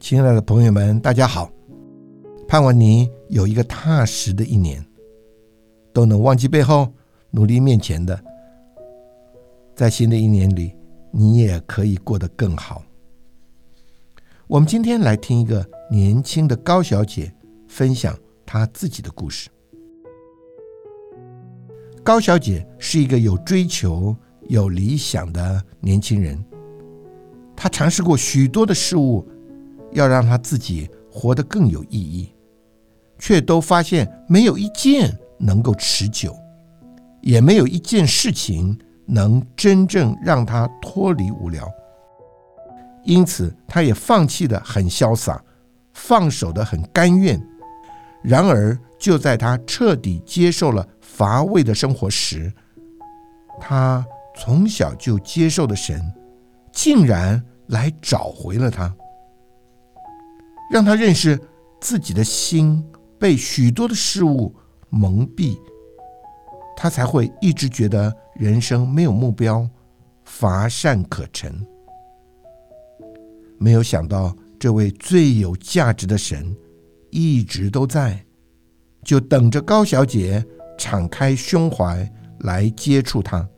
亲爱的朋友们，大家好！盼望您有一个踏实的一年，都能忘记背后，努力面前的。在新的一年里，你也可以过得更好。我们今天来听一个年轻的高小姐分享她自己的故事。高小姐是一个有追求、有理想的年轻人，她尝试过许多的事物。要让他自己活得更有意义，却都发现没有一件能够持久，也没有一件事情能真正让他脱离无聊。因此，他也放弃的很潇洒，放手的很甘愿。然而，就在他彻底接受了乏味的生活时，他从小就接受的神，竟然来找回了他。让他认识自己的心被许多的事物蒙蔽，他才会一直觉得人生没有目标，乏善可陈。没有想到，这位最有价值的神一直都在，就等着高小姐敞开胸怀来接触他。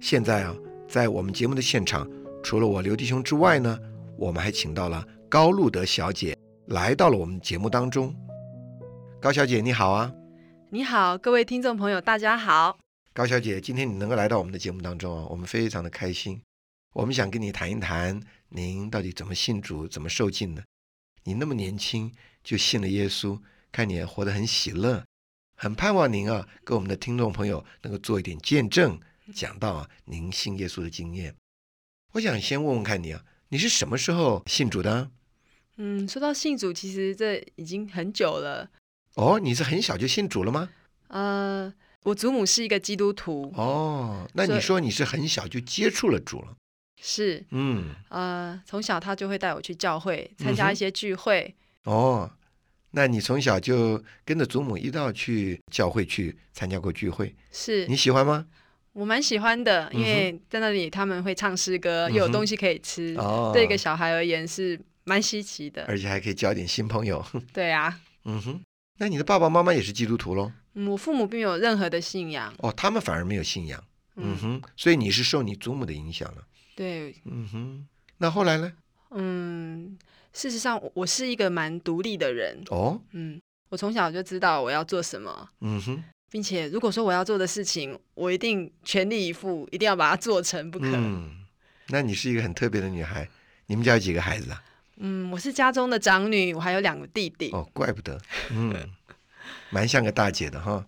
现在啊，在我们节目的现场，除了我刘弟兄之外呢，我们还请到了高路德小姐来到了我们节目当中。高小姐，你好啊！你好，各位听众朋友，大家好。高小姐，今天你能够来到我们的节目当中啊，我们非常的开心。我们想跟你谈一谈，您到底怎么信主，怎么受尽呢？你那么年轻就信了耶稣，看你活得很喜乐，很盼望您啊，跟我们的听众朋友能够做一点见证。讲到啊，您信耶稣的经验，我想先问问看你啊，你是什么时候信主的啊？嗯，说到信主，其实这已经很久了。哦，你是很小就信主了吗？呃，我祖母是一个基督徒，哦，那你所以说你是很小就接触了主了？是嗯，呃，从小她就会带我去教会参嗯加哼一些聚会。哦，那你从小就跟着祖母一道去教会去参加过聚会，是你喜欢吗？我蛮喜欢的，因哼为在那里他们会唱诗嗯歌，哼又有东西可以吃，哦，哎对一个小孩而言是蛮稀奇的。而且还可以交点新朋友。对啊，嗯哼，那你的爸爸妈妈也是基督徒喽？嗯，我父母并没有任何的信仰。哦，他们反而没有信仰。嗯嗯，哼，所以你是受你祖母的影响了。对，嗯哼，那后来呢？嗯，事实上我我是一个蛮独立的人。哦，嗯，我从小就知道我要做什么，嗯哼，并且如果说我要做的事情，我一定全力以赴，一定要把它做成不可。嗯嗯，那你是一个很特别的女孩。你们家有几个孩子啊？嗯我是家中的长女，我还有两个弟弟，哦，怪不得，嗯，蛮像个大姐的哈。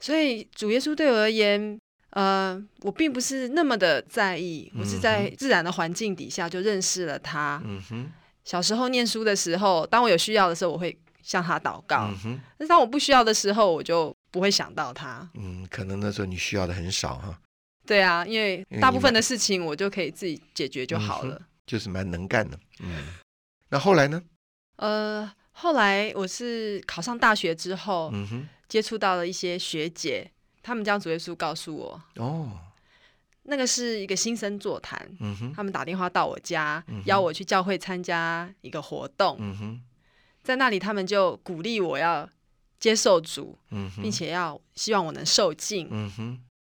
所以主耶稣对我而言，呃，我并不是那么的在意，我是在自然的环境底下就认识了他。嗯哼，小时候念书的时候，当我有需要的时候，我会向他祷告；嗯哼，但是当我不需要的时候，我就不会想到他。嗯，可能那时候你需要的很少哈，对啊，因为因为大你部分们的事情我就可以自己解决就好嗯哼了。就是蛮能干的。嗯，那后来呢？呃，后来我是考上大学之后，嗯哼，接触到了一些学姐，他们将主耶稣告诉我，哦，那个是一个新生座谈，嗯哼，他们打电话到我家，嗯哼邀我去教会参加一个活动，嗯哼，在那里他们就鼓励我要接受主，嗯哼，并，且要希望我能受尽。嗯哼，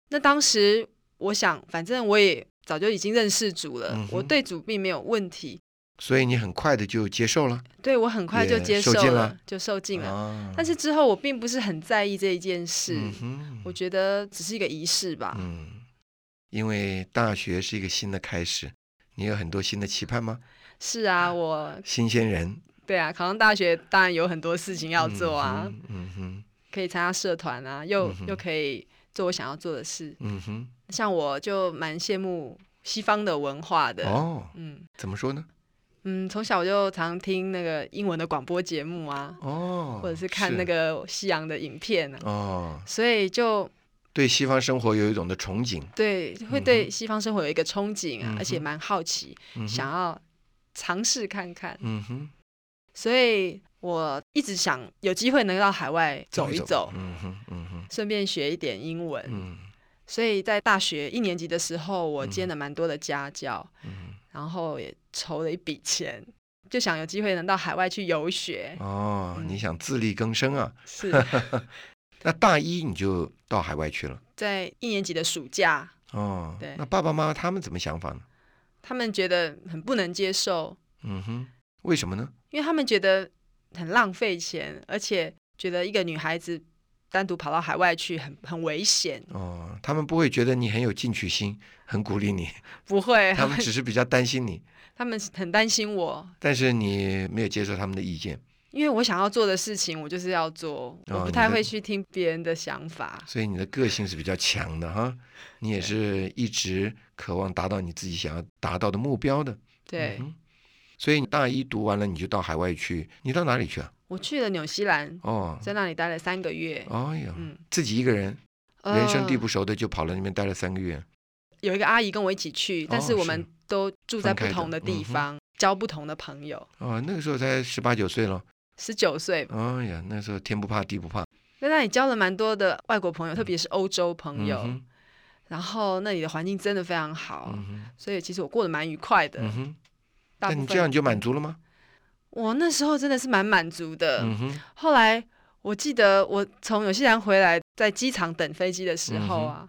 那当时我想，反正我也早就已经认识主了，嗯哼我对主并没有问题，所以你很快的就接受了，对我很快就也接受受了，尽了就受尽了。啊，但是之后我并不是很在意这一件事，嗯哼，我觉得啊只是一个仪式吧。嗯，因为大学是一个新的开始，你有很多新的期盼吗？是啊，我新鲜人对啊，考上大学当然有很多事情要做啊，，嗯哼，可以参加社团啊，又、嗯哼又可以做我想要做的事。嗯哼，像我就蛮羡慕西方的文化嗯的，哼，哦，嗯怎么说呢？嗯，从小就常听那个英文的广播节目啊，哦，或者是看那个西洋的影片啊，哦，所以就对西方生活有一种的憧憬，对会对西方生活有一个憧憬啊，嗯嗯哼而且蛮好奇，嗯哼想要尝试看看。嗯哼，所以我一直想有机会能到海外走一走，嗯哼，嗯哼，顺便学一点英文。嗯，所以在大学一年级的时候，我兼了蛮多的家教，嗯然后也筹了一笔钱，就想有机会能到海外去游学。哦，嗯你想自力更生啊？是那大一你就到海外去了。在一年级的暑假，哦对，那爸爸妈妈他们怎么想法呢？他们觉得很不能接受，嗯哼，为什么呢？因为他们觉得很浪费钱，而且觉得一个女孩子单独跑到海外去很很危险。哦，他们不会觉得你很有进取心，很鼓励你，不会，他们只是比较担心你，他们很担心我，但是你没有接受他们的意见，因为我想要做的事情，我就是要做，哦我不你太的会去听别人的想法。所以你的个性是比较强的哈。你也是一直渴望达到你自己想要达到的目标的。对、嗯哼所以你大一读完了，你就到海外去，你到哪里去啊？我去了纽西兰，哦，在那里待了三个月。哎呀，嗯，自己一个人，人生地呃不熟的，就跑了那边待了三个月。有一个阿姨跟我一起去，但哦是我是们都住在分不开的同的地嗯哼方，交不同的朋友。哦，那个时候才十八九岁了。十九岁哎呀，那时候天不怕地不怕。在那里交了蛮多的外国朋友，特别是欧洲朋友。嗯然后那里的环境真的非常好，哼，嗯哼，所以其实我过得蛮愉快的。嗯哼。大那部你分这样就满足了吗？我那时候真的是蛮满足的。嗯哼，后来我记得我从纽西兰回来，在机场等飞机的嗯时候啊，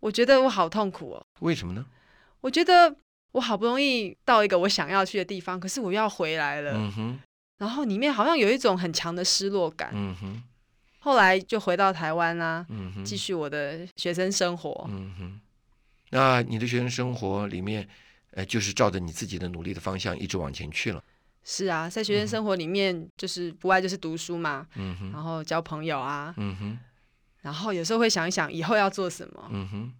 我觉得我好痛苦哦。为什么呢？我觉得我好不容易到一个我想要去的地方，可是我又要回来了，嗯哼，然后里面好像有一种很强的失落感。嗯哼，后来就回到台湾啦、嗯哼，继续我的学生生活。嗯哼，那你的学生生活里面，呃，就是照着你自己的努力的方向一直往前去了。是啊，在学生生活里面，就是不外就是读书嘛，嗯哼，然后交朋友啊，嗯哼，然后有时候会想一想以后要做什么。嗯哼。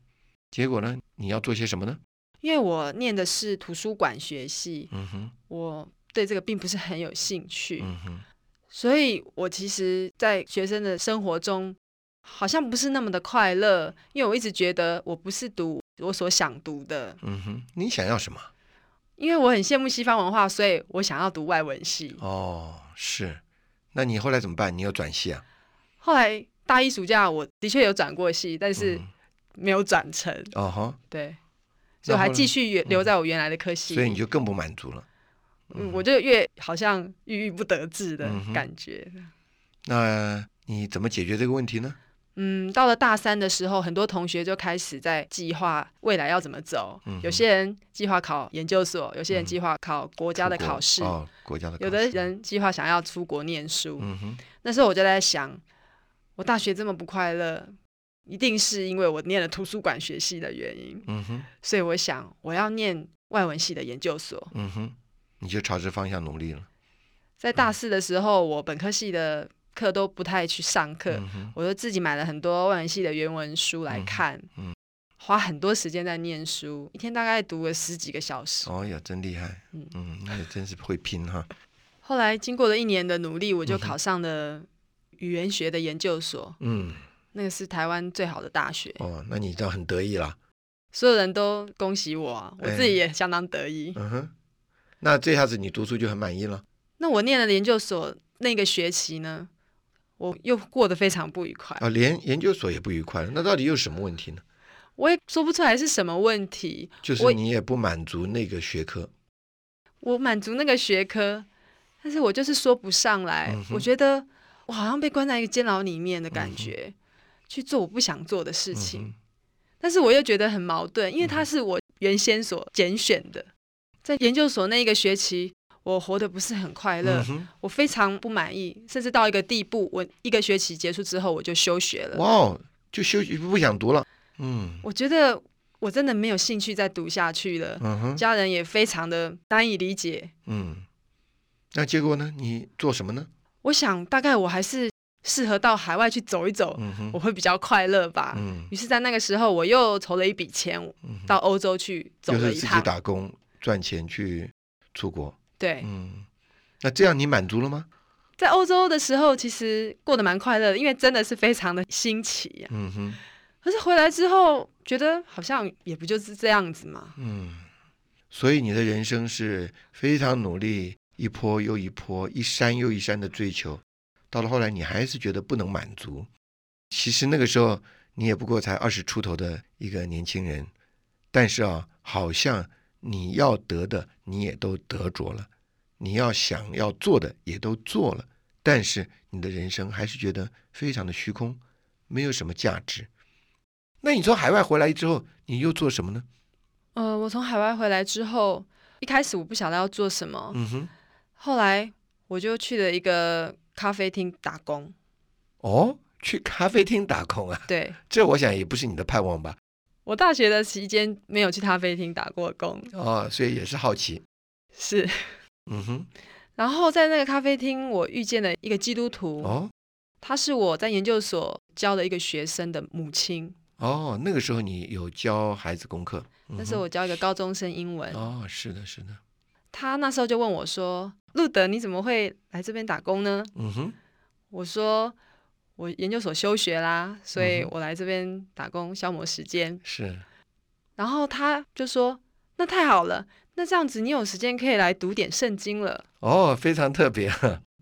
结果呢？你要做些什么呢？因为我念的是图书馆学系，嗯哼，我对这个并不是很有兴趣，嗯哼，所以我其实，在学生的生活中好像不是那么的快乐，因为我一直觉得我不是读我所想读的，嗯哼。你想要什么？因为我很羡慕西方文化，所以我想要读外文系。哦，是。那你后来怎么办？你有转系啊？后来大一暑假，我的确有转过系，但是嗯没有转成。哦哈，对，所以我后还呢继续原留在我原来的科系，所以你就更不满足了。嗯我就越好像郁郁不得志的嗯哼感觉。那你怎么解决这个问题呢？嗯到了大三的时候，很多同学就开始在计划未来要怎么走。嗯哼嗯有些人计划考研究所，有些人计划考国家的出国考试，哦，国家的考试。有的，人计划想要出国念书。嗯哼，那时候我就在想，我大学这么不快乐。一定是因为我念了图书馆学系的原因，嗯哼，所以我想我要念外文系的研究所。嗯哼，你就朝这方向努力了。在嗯大四的时候，我本科系的课都不太去上课，嗯哼，我就自己买了很多外文系的原文书来看，嗯嗯花很多时间在念书，一天大概读了十几个小时。哦呀，真厉害。嗯嗯，那也真是会拼哈。后来经过了一年的努力，我就考上了语言学的研究所，嗯，那个是台湾最好的大学，哦，那你倒很得意啦。所有人都恭喜我啊，我哎自己也相当得意。嗯哼，那这下子你读书就很满意了。那我念了研究所那个学期呢，我又过得非常不愉快，啊，连研究所也不愉快了，那到底有什么问题呢？我也说不出来是什么问题，就是我你也不满足那个学科。我满足那个学科，但是我就是说不上来。嗯哼我觉得我好像被关在一个监牢里面的感觉，去做我不想做的事嗯情。哼嗯但是我又觉得很矛盾，因为它是我原先所拣选的。在研究所那一个学期，我活得不是很快乐，嗯哼，我非常不满意，甚至到一个地步，我一个学期结束之后我就休学了。哇哦，就休息不想读了。嗯我觉得我真的没有兴趣再读下去了，嗯哼家人也非常的难以理解。嗯，那结果呢？你做什么呢？我想大概我还是适合到海外去走一走，嗯哼我会比较快乐吧。嗯于是，在那个时候，我又筹了一笔钱嗯哼，到欧洲去走就了是一自己趟。打工赚钱去出国。对，嗯，那这样你满足了吗？在欧洲的时候，其实过得蛮快乐的，因为真的是非常的新奇呀、嗯哼，可是回来之后，觉得好像也不就是这样子嘛。嗯，所以你的人生是非常努力，一波又一波，一山又一山的追求，到了后来你还是觉得不能满足。其实那个时候你也不过才二十出头的一个年轻人，但是啊，好像你要得的你也都得着了，你要想要做的也都做了，但是你的人生还是觉得非常的虚空，没有什么价值。那你从海外回来之后，你又做什么呢？呃，我从海外回来之后，一开始我不晓得要做什么，嗯哼，后来我就去了一个咖啡厅打工。哦，去咖啡厅打工啊， 对这我想也不是你的盼望吧？我大学的期间没有去咖啡厅打过工，哦，所以也是好奇。是。嗯哼，然后在那个咖啡厅，我遇见了一个基督徒，哦他是我在研究所教的一个学生的母亲。哦，那个时候你有教孩子功课，嗯那时候我教一个高中生英文，哦，是的，是的，他那时候就问我说：“路德，你怎么会来这边打工呢嗯哼，？”我说：“我研究所休学啦，所以嗯哼我来这边打工消磨时间。是然后他就说：“那太好了，那这样子你有时间可以来读点圣经了。哦，非常特 别，”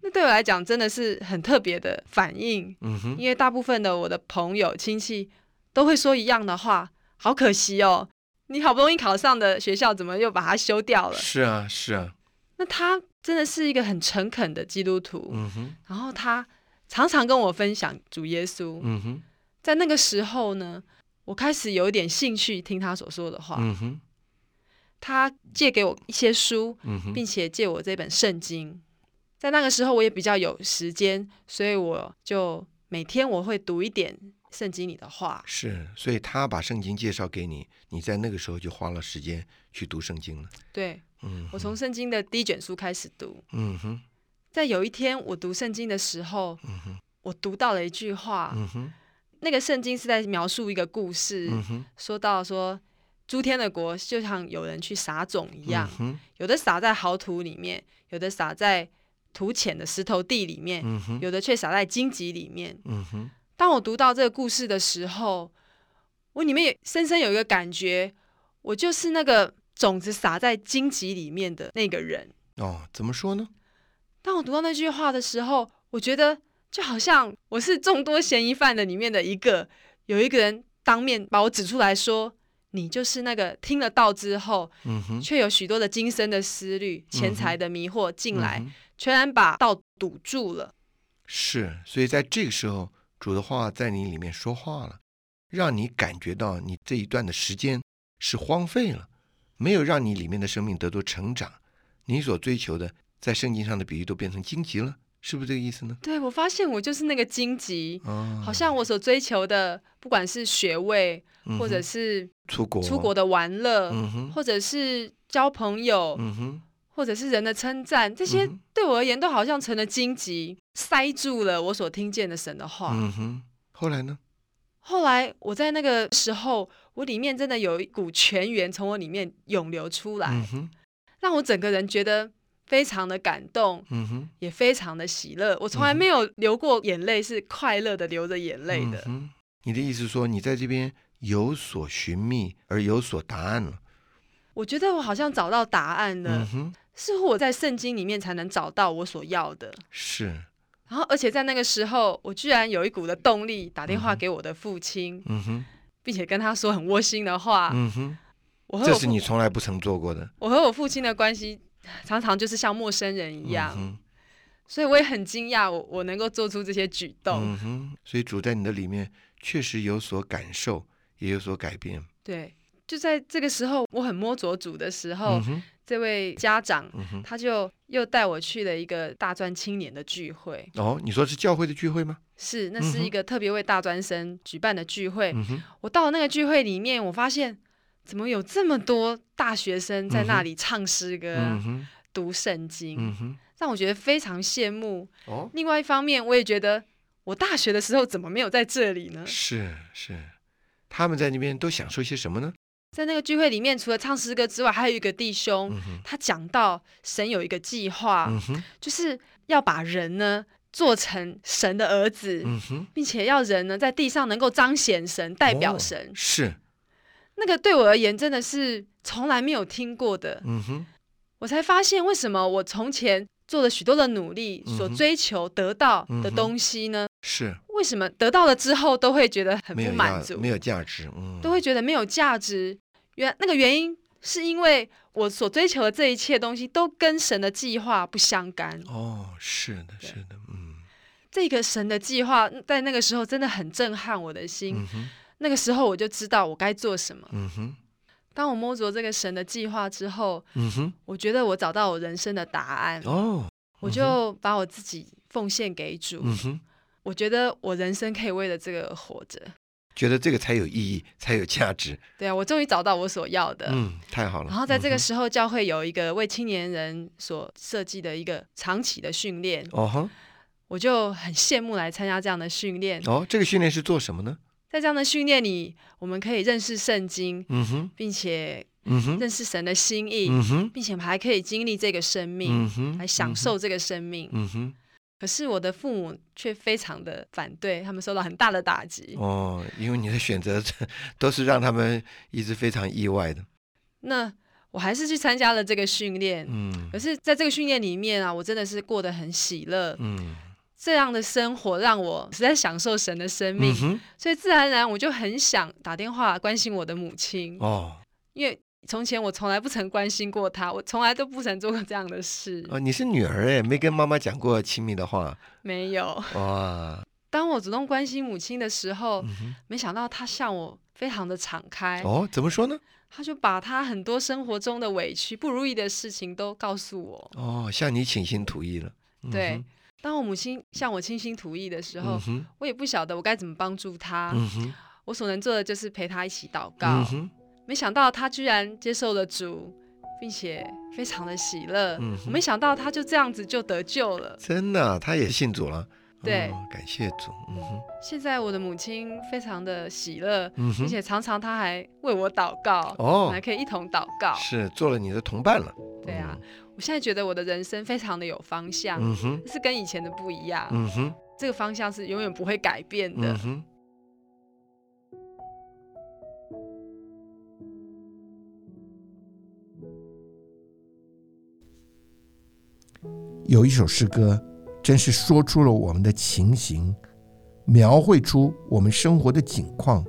那对我来讲真的是很特别的反应，嗯哼，因为大部分的我的朋友亲戚都会说一样的话，好可惜哦，你好不容易考上的学校怎么又把它休掉了？是啊，是啊，那他真的是一个很诚恳的基督徒，嗯哼，然后他常常跟我分享主耶稣。嗯哼，在那个时候呢，我开始有一点兴趣听他所说的话，嗯哼，他借给我一些书，嗯哼，并且借我这本圣经。在那个时候，我也比较有时间，所以我就每天我会读一点圣经里的话。是，所以他把圣经介绍给你，你在那个时候就花了时间去读圣经了，对嗯哼，我从圣经的第一卷书开始读。嗯哼，在有一天我读圣经的时候，我读到了一句话，嗯哼，那个圣经是在描述一个故事，嗯哼，说到说诸天的国就像有人去撒种一样，嗯哼，有的撒在豪土里面，有的撒在土浅的石头地里面，嗯哼，有的却撒在荆棘里面。嗯哼，当我读到这个故事的时候，我里面也深深有一个感觉，我就是那个种子撒在荆棘里面的那个人。哦，怎么说呢？当我读到那句话的时候，我觉得就好像我是众多嫌疑犯的里面的一个，有一个人当面把我指出来说。你就是那个听了道之后，嗯哼，却有许多的今生的思虑、钱财的迷惑进来，嗯哼全然把道堵住了。是，所以在这个时候，主的话在你里面说话了，让你感觉到你这一段的时间是荒废了，没有让你里面的生命得到成长，你所追求的在圣经上的比喻都变成荆棘了，是不是这个意思呢？对我发现我就是那个荆棘，啊，好像我所追求的，不管是学位，嗯或哼者是出国，出国，的玩乐，嗯哼，或者是交朋友，嗯哼，或者是人的称赞，这些嗯哼对我而言都好像成了荆棘，塞住了我所听见的神的话。嗯哼，后来呢？后来我在那个时候，我里面真的有一股泉源从我里面涌流出来，嗯哼，让我整个人觉得非常的感动。嗯哼，也非常的喜乐，我从来没有流过眼泪，是快乐的流着眼泪的。嗯嗯哼。你的意思说，你在这边有所寻觅而有所答案了？我觉得我好像找到答案了，嗯哼，似乎我在圣经里面才能找到我所要的。是，然后，而且在那个时候，我居然有一股的动力打电话给我的父亲，嗯哼，并且跟他说很窝心的话。嗯哼。我和这我是父你从来不曾做过的。我和我父亲的关系常常就是像陌生人一样，嗯所以我也很惊讶我，我能够做出这些举哼，动。嗯哼，所以主在你的里面确实有所感受，也有所改变。对，就在这个时候，我很摸着主的时候，嗯哼，这位家长嗯哼。他就又带我去了一个大专青年的聚会，哦，你说是教会的聚会吗？是那嗯是哼一个特别为大专生举办的聚会。嗯哼，我到了那个聚会里面，我发现怎么有这么多大学生在嗯那哼里唱诗歌、嗯哼，读圣经，嗯哼。让我觉得非常羡慕。哦，另外一方面，我也觉得我大学的时候怎么没有在这里呢？是是，他们在那边都享受些什么呢？在那个聚会里面，除了唱诗歌之外，还有一个弟兄，嗯哼，他讲到神有一个计划，嗯哼，啊就是要把人呢做成神的儿子。嗯哼，并且要人呢在地上能够彰显神、代表哦神，是，那个对我而言真的是从来没有听过的。嗯哼，我才发现为什么我从前做了许多的努力，嗯哼所追求得到的嗯哼东西呢？是，为什么得到了之后都会觉得很没不有满价足，没有价值，嗯，都会觉得没有价值。原那个原因是因为我所追求的这一切东西都跟神的计划不相干。哦，是的，是的，嗯这个神的计划在那个时候真的很震撼我的心。嗯哼那个时候我就知道我该做什么。嗯哼当我摸着这个神的计划之后，嗯哼，我觉得我找到我人生的答案，哦，我就把我自己奉献给主。嗯哼，我觉得我人生可以为了这个而活着。觉得这个才有意义，才有价值，对啊，我终于找到我所要的。嗯，太好了。然后在这个嗯时候，教会有一个为青年人所设计的一个长期的训练，哼，哦哈，我就很羡慕来参加这样的训练。哦，这个训练是做什么呢？在这样的训练里，我们可以认识圣经，嗯哼，并且嗯哼，认识神的心意，嗯哼，并且还可以经历这个生命，嗯哼，来享受这个生命。嗯哼。嗯可是我的父母却非常的反对，他们受到很大的打击哼，。哦，因为你的选择都是让他们一直非常意外的，那我还是去参加了这个训练。嗯可是，在这个训练里面啊，我真的是过得很喜乐。嗯这样的生活让我实在享受神的生命嗯，哼，所以自然而然我就很想打电话关心我的母亲，哦因为从前我从来不曾关心过她，我从来都不曾做过这样的事，哦，你是女儿哎，没跟妈妈讲过亲密的话，没有。哇，当我主动关心母亲的时候，嗯哼，没想到她向我非常的敞开，哦，怎么说呢？她就把她很多生活中的委屈、不如意的事情都告诉我。哦，向你倾心吐意了，嗯对，当我母亲向我倾心吐意的时哼，候嗯，哼，我也不晓得我该怎么帮助她，嗯哼，我所能做的就是陪她一起祷啊告。嗯哼，没想到他居然接受了主，并且非常的喜乐。嗯我哼没想到他就这样子就得救了。真的啊，他也信主了，对哦感谢主，嗯哼，现在我的母亲非常的喜乐，嗯并哼，且常常她还为我祷告，我们哦还，可以一同祷告。是做了你的同伴了，对啊，我现在觉得我的人生非常的有方向，嗯哼，是跟以前的不一样。嗯哼，这个方向是永远不会改变的。嗯哼，有一首诗歌，真是说出了我们的情形，描绘出我们生活的景况，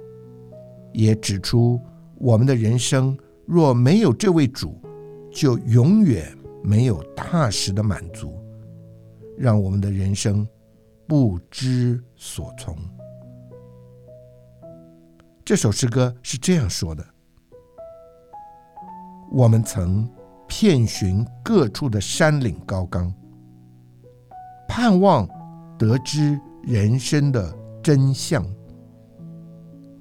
也指出我们的人生若没有这位主，就永远没有踏实的满足，让我们的人生不知所从。这首诗歌是这样说的：我们曾遍寻各处的山岭高冈，盼望得知人生的真相。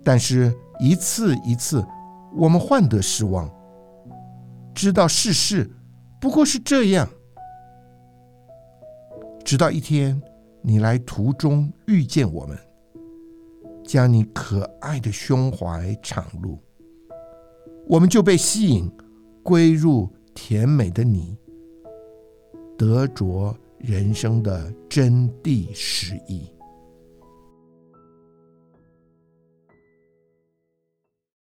但是，一次一次，我们换得失望，知道世事不过是这样。直到一天，你来途中遇见我们，将你可爱的胸怀敞露，我们就被吸引，归入甜美的你，得着人生的真谛实意。